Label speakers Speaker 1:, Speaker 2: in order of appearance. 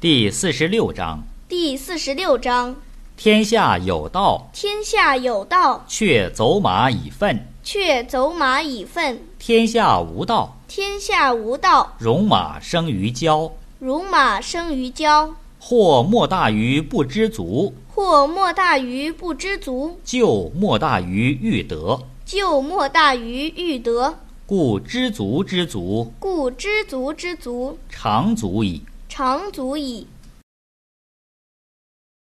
Speaker 1: 第四十六章：
Speaker 2: 第四十六章：
Speaker 1: 天下有道，
Speaker 2: 天下有道，
Speaker 1: 却走马以粪；
Speaker 2: 却走马以粪；
Speaker 1: 天下无道，
Speaker 2: 天下无道，
Speaker 1: 戎马生于郊。
Speaker 2: 戎马生于郊。
Speaker 1: 或莫大于不知足，
Speaker 2: 或莫大于不知足，
Speaker 1: 就莫大于欲得。
Speaker 2: 就莫大于欲得。
Speaker 1: 故知足之足，
Speaker 2: 故知足之足，
Speaker 1: 常足矣。
Speaker 2: 常足矣。